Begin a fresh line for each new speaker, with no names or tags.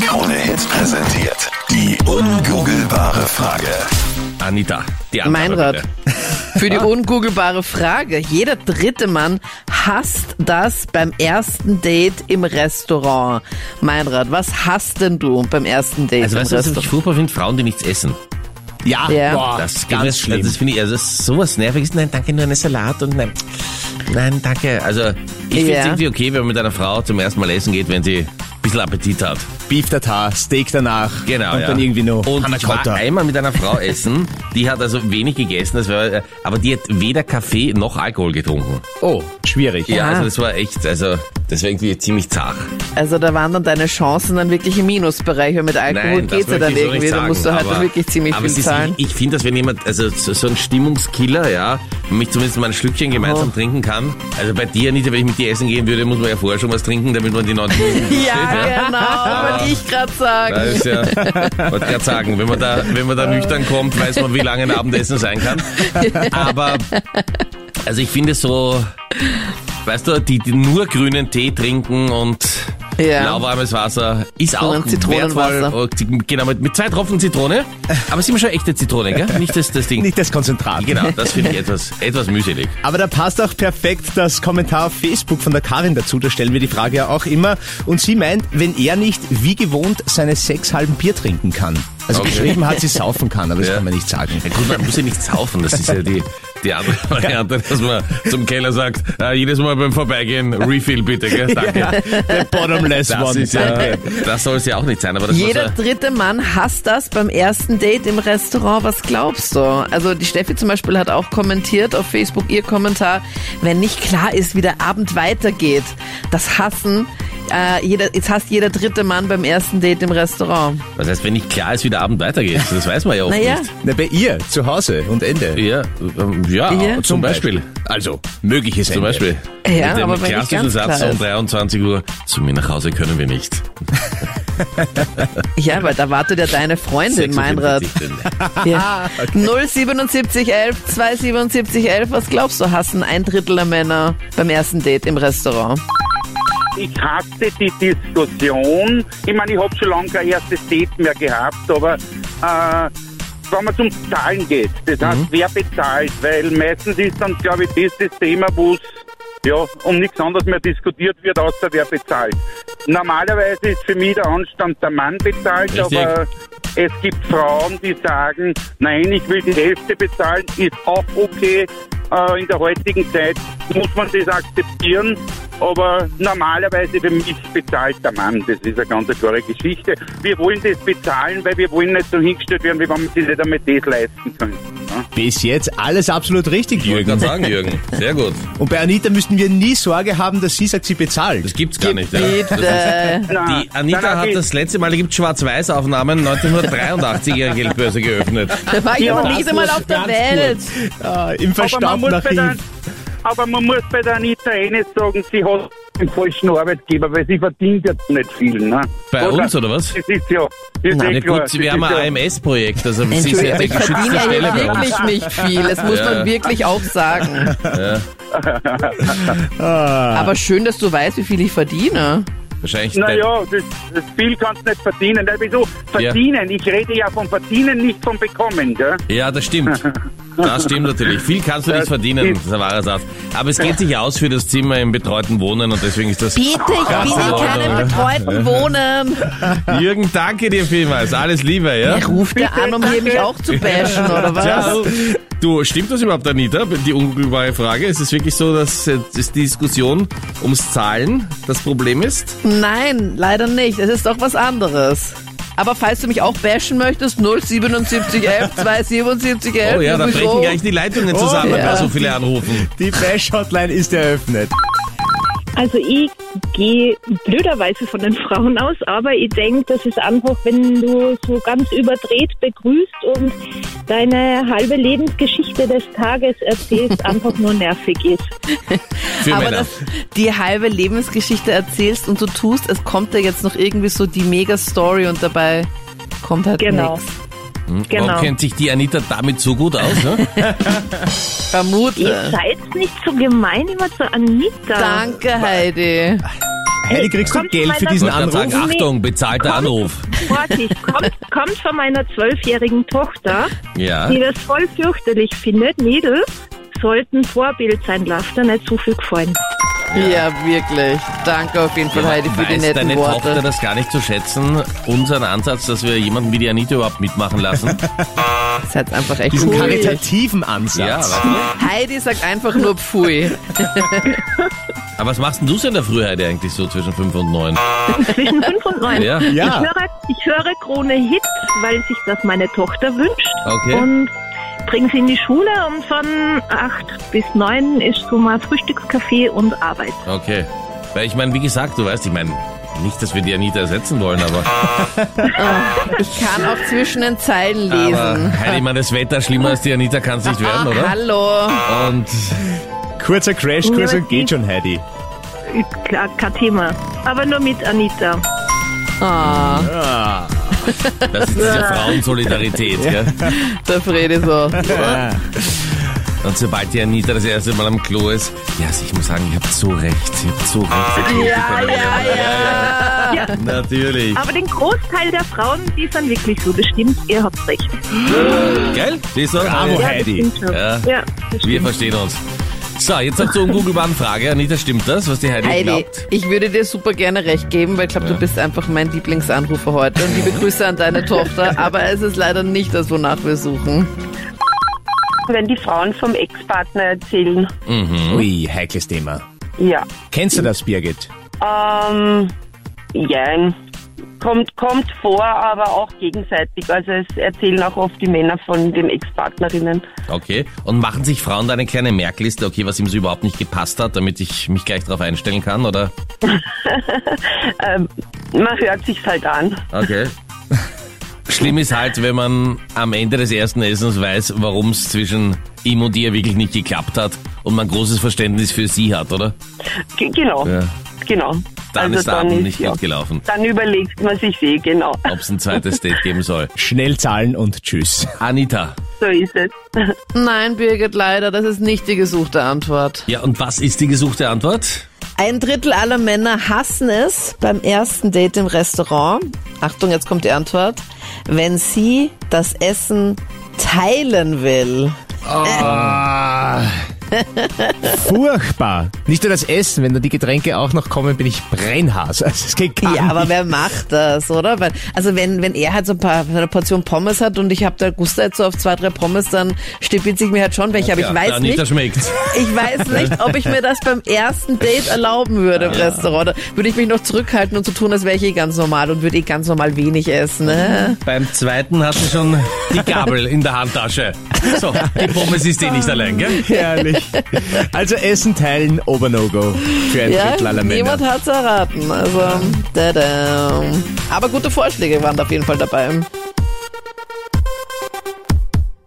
Krone Hits präsentiert. Die ungoogelbare Frage.
Anita, die andere
Meinrad.
bitte.
Für
Ah.
die ungoogelbare Frage. Jeder dritte Mann hasst das beim ersten Date im Restaurant. Meinrad, was hasst denn du beim ersten Date
Also
im
weißt du, was ich
Restaurant?
furchtbar finde? Frauen, die nichts essen.
Ja,
Ja.
Boah,
Das geht mir-
Ah, ganz schlimm.
Das finde ich, also das ist sowas Nerviges. Nein, danke, nur eine Salat und nein, nein, danke. Also ich finde
Ja.
es irgendwie okay, wenn man mit einer Frau zum ersten Mal essen geht, wenn sie ein bisschen Appetit hat.
Beef Tartar, Steak danach.
Genau,
Und
ja.
dann irgendwie noch
Und
Panna
ich war
Cotta.
einmal mit einer Frau essen, die hat also wenig gegessen, das war, äh, aber die hat weder Kaffee noch Alkohol getrunken.
Oh, schwierig.
Ja,
Ah.
also das war echt, also das war irgendwie ziemlich zart.
Also da waren dann deine Chancen dann wirklich im Minusbereich, weil mit Alkohol
Nein, das
geht's
möchte
ja
ich
dann
so nicht
irgendwie, da
sagen,
musst du halt
aber-
dann wirklich ziemlich
aber
viel
es ist,
zahlen.
Ich, ich finde, dass wenn jemand, also so, so ein Stimmungskiller, ja, mich zumindest mal ein Schlückchen gemeinsam trinken kann, also bei dir, Anita, wenn ich mit dir essen gehen würde, muss man ja vorher schon was trinken, damit man die 90 Minuten durchsteht,
Ja, genau, wollte ich gerade sagen.
Das ist ja, wollte gerade sagen, wenn man, da, wenn man da nüchtern kommt, weiß man, wie lange ein Abendessen sein kann. Aber, also ich finde so, weißt du, die, die nur grünen Tee trinken und
Ja.
lauwarmes Wasser ist auch
Und Zitronenwasser.
wertvoll. Und Genau, mit, mit zwei Tropfen Zitrone. Aber es ist immer schon echte Zitrone, gell? Nicht das, das Ding.
Nicht das Konzentrat.
Genau, das finde ich etwas, etwas mühselig.
Aber da passt auch perfekt das Kommentar auf Facebook von der Karin dazu. Da stellen wir die Frage ja auch immer. Und sie meint, wenn er nicht wie gewohnt seine sechs halben Bier trinken kann. Also
Okay.
geschrieben hat, sie saufen kann, aber das
Ja.
kann man nicht sagen.
Ja, gut, man muss ja nicht saufen, das ist ja die, die andere Variante, dass man zum Keller sagt, äh, jedes Mal beim Vorbeigehen, Refill bitte, gell? Danke.
The bottomless
Das
one.
ist ja, das soll es ja auch nicht sein, aber das
Jeder
muss
dritte Mann hasst das beim ersten Date im Restaurant. Was glaubst du? Also die Steffi zum Beispiel hat auch kommentiert auf Facebook ihr Kommentar, wenn nicht klar ist, wie der Abend weitergeht. Das Hassen, äh, jeder, jetzt hasst jeder dritte Mann beim ersten Date im Restaurant.
ja, was heißt, wenn nicht klar ist, wie der Abend weitergeht, das weiß man ja oft
Naja,
nicht.
Na, bei ihr, zu Hause und Ende.
Ja, ähm, ja,
Ja.
zum Beispiel.
Also, mögliches
Zum
Ende.
Beispiel.
Ja,
mit dem
aber wenn nicht
klassischen
ganz
Satz
klar
um
ist.
23 Uhr, zu mir nach Hause können wir nicht.
ja, weil da wartet ja deine Freundin,
46
Meinrad.
Stunden.
Ja. 07711 27711, was glaubst du, hassen ein Drittel der Männer beim ersten Date im Restaurant?
Ich hasse die Diskussion. Ich meine, ich habe schon lange kein erstes Date mehr gehabt, aber äh, wenn man zum Zahlen geht, das heißt, wer bezahlt, weil meistens ist dann, glaube ich, das das Thema, wo es ja, um nichts anderes mehr diskutiert wird, außer wer bezahlt. Normalerweise ist für mich der Anstand, der Mann bezahlt,
Richtig.
aber es gibt Frauen, die sagen, nein, ich will die Hälfte bezahlen, ist auch okay. Äh, in der heutigen Zeit muss man das akzeptieren, aber normalerweise für mich bezahlt der Mann. Das ist eine ganz klare Geschichte. Wir wollen das bezahlen, weil wir wollen nicht so hingestellt werden, wie wenn wir sich nicht einmal das leisten können. Ne?
Bis jetzt alles absolut richtig,
Ich wollte gerade
Jürgen.
sagen, Jürgen. Sehr gut.
Und bei Anita müssten wir nie Sorge haben, dass sie sagt, sie bezahlt.
Das gibt's gar nicht. Ja.
Bitte.
Na,
Die Anita
na, na,
hat
die-
das letzte Mal, da gibt Schwarz-Weiß-Aufnahmen, 1983 ihre Geldbörse geöffnet.
Da war ich
Ja,
noch nicht
das
einmal
muss
auf der
ganz
Welt.
Ah, Im
aber man,
verstaubten
muss bei der,
Archiv.
aber man muss bei der Anita eines sagen, sie hat den falschen Arbeitgeber, weil sie verdient jetzt nicht viel. Ne?
Bei uns, oder was?
Das ist ja. Das ist eh
Na
klar,
gut,
das
wir haben
ist ja-
ein AMS-Projekt, also sie ist
Entschuldigung,
ja
aber
die
ich
geschützte
verdiene ja
Stelle
hier
bei uns.
wirklich nicht viel. Das muss
Ja.
man wirklich auch sagen. Aber schön, dass du weißt, wie viel ich verdiene.
Wahrscheinlich
Naja, das, das Spiel kannst du nicht verdienen. Nein, wieso? Verdienen. Ich rede ja vom Verdienen, nicht vom Bekommen. Gell?
Ja, das stimmt. Das stimmt natürlich. Viel kannst du nicht
Das
verdienen,
stimmt.
das ist ein wahrer Satz. Aber es geht sich aus für das Zimmer im betreuten Wohnen und deswegen ist das...
Bitte, ich bin
genau.
in keinem betreuten Wohnen.
Jürgen, danke dir vielmals. Alles Liebe, ja?
Er ruft ja an, um hier mich auch zu bashen, oder was?
Ciao. Du, stimmt das überhaupt, Anita? Die unglückbare Frage. Ist es wirklich so, dass äh, dass die Diskussion ums Zahlen das Problem ist?
Nein, leider nicht. Es ist doch was anderes. Aber falls du mich auch bashen möchtest, 07711 27711.
Oh ja, da brechen
sowieso.
gleich die Leitungen zusammen,
ja.
weil so viele anrufen.
Die Bash-Hotline ist eröffnet.
Also ich gehe blöderweise von den Frauen aus, aber ich denke, das ist einfach, wenn du so ganz überdreht begrüßt und deine halbe Lebensgeschichte des Tages erzählst, einfach nur nervig ist.
Für
Aber
Männer.
dass die halbe Lebensgeschichte erzählst und du tust, es kommt ja jetzt noch irgendwie so die Mega-Story und dabei kommt halt
Genau.
nichts.
Genau.
Warum kennt sich die Anita damit so gut aus? Ne?
Ihr
Vermute.
seid nicht so gemein immer zu Anita.
Danke, Heidi.
Heidi, kriegst du
kommt
Geld
meiner-
für diesen
Ich wollte gerade
Anruf?
sagen, Achtung, bezahlter Anruf.
Vorsicht, kommt, kommt von meiner zwölfjährigen Tochter,
Ja.
die das voll fürchterlich findet. Mädels sollten Vorbild sein, lasst ihr nicht so viel gefallen.
Ja, wirklich. Danke auf jeden Fall, Heidi, für die
Weiß
netten
deine
Worte.
Tochter das gar nicht zu schätzen, unseren Ansatz, dass wir jemanden wie die Anita überhaupt mitmachen lassen?
Das ist halt einfach echt
Diesen
cool.
karitativen
ja,
Ansatz.
aber,
Heidi sagt einfach nur Pfui.
aber was machst denn du so in der Früh heute eigentlich so zwischen 5 und 9?
Zwischen fünf und neun.
Ja,
Ich, höre, ich höre Krone Hit, weil sich das meine Tochter wünscht.
Okay.
Und bringe sie in die Schule und von acht bis neun ist so mal Frühstückskaffee und Arbeit.
okay. Weil ich meine, wie gesagt, du weißt, ich meine, nicht, dass wir die Anita ersetzen wollen, aber,
Ich kann auch zwischen den Zeilen
aber
lesen.
Heidi, ich meine, das Wetter schlimmer als die Anita kann es nicht werden,
Ach,
oder?
Ah, hallo.
Und
Kurzer Crashkurs
Ja,
und geht schon, Heidi.
Klar, kein Thema. Aber nur mit Anita.
Ah,
das ist diese Frauensolidarität, gell?
der Fredi so.
Und sobald die Anita das erste Mal am Klo ist, ja, also ich muss sagen, ich habe so recht, ich habe so recht. Ja,
Ja.
Natürlich.
Aber den Großteil der Frauen, die sind wirklich so bestimmt. Ihr habt recht.
Gell? Siehst du?
Bravo,
Ja, das
Heidi.
stimmt schon.
Oh, Ja.
ja das
Wir
stimmt.
verstehen uns. So, jetzt noch zur ungoogelbaren Frage. Anita, stimmt das, was die Heidi,
Heidi,
glaubt?
ich würde dir super gerne recht geben, weil ich glaube, du bist einfach mein Lieblingsanrufer heute. Und liebe Grüße an deine Tochter, aber es ist leider nicht das, wonach wir suchen.
wenn die Frauen vom Ex-Partner erzählen.
Mhm.
Ui, heikles Thema.
Ja.
Kennst du das, Birgit?
Ähm, jein. Kommt, kommt vor, aber auch gegenseitig. Also es erzählen auch oft die Männer von den Ex-Partnerinnen.
Okay. Und machen sich Frauen da eine kleine Merkliste, okay, was ihm so überhaupt nicht gepasst hat, damit ich mich gleich darauf einstellen kann, oder?
Ähm, man hört sich's halt an.
Okay. Schlimm ist halt, wenn man am Ende des ersten Essens weiß, warum es zwischen ihm und ihr wirklich nicht geklappt hat und man großes Verständnis für sie hat, oder?
G genau.
Ja.
Genau.
Dann ist der Abend nicht
ja.
gut gelaufen,
Dann überlegt man sich eh, genau.
ob es ein zweites Date geben soll.
Schnell zahlen und tschüss.
Anita,
So ist es.
Nein, Birgit, leider, das ist nicht die gesuchte Antwort.
ja, und was ist die gesuchte Antwort?
Ein Drittel aller Männer hassen es beim ersten Date im Restaurant. Achtung, jetzt kommt die Antwort. Wenn sie das Essen teilen will. Ah.
Furchtbar. Nicht nur das Essen, wenn dann die Getränke auch noch kommen, bin ich Brennhaas. Also es geht gar
Ja, aber
nicht.
wer macht das, oder? Weil, also wenn, wenn er halt so ein paar, so eine Portion Pommes hat und ich hab da Gusta jetzt so auf zwei, drei Pommes, dann stipitze ich mir halt schon welche. Aber ich
ja,
weiß
Anita
nicht,
schmeckt.
ich weiß nicht, ob ich mir das beim ersten Date erlauben würde im Restaurant. Da würde ich mich noch zurückhalten und so tun, als wäre ich eh ganz normal und würde eh ganz normal wenig essen. Ne?
Beim zweiten hat sie schon die Gabel in der Handtasche. So, die Pommes ist eh nicht allein, gell?
Herrlich. Also Essen teilen, Ober-No-Go für ein
Ja,
Drittel aller Männer.
niemand hat's erraten. Also, da -da. Aber gute Vorschläge waren da auf jeden Fall dabei.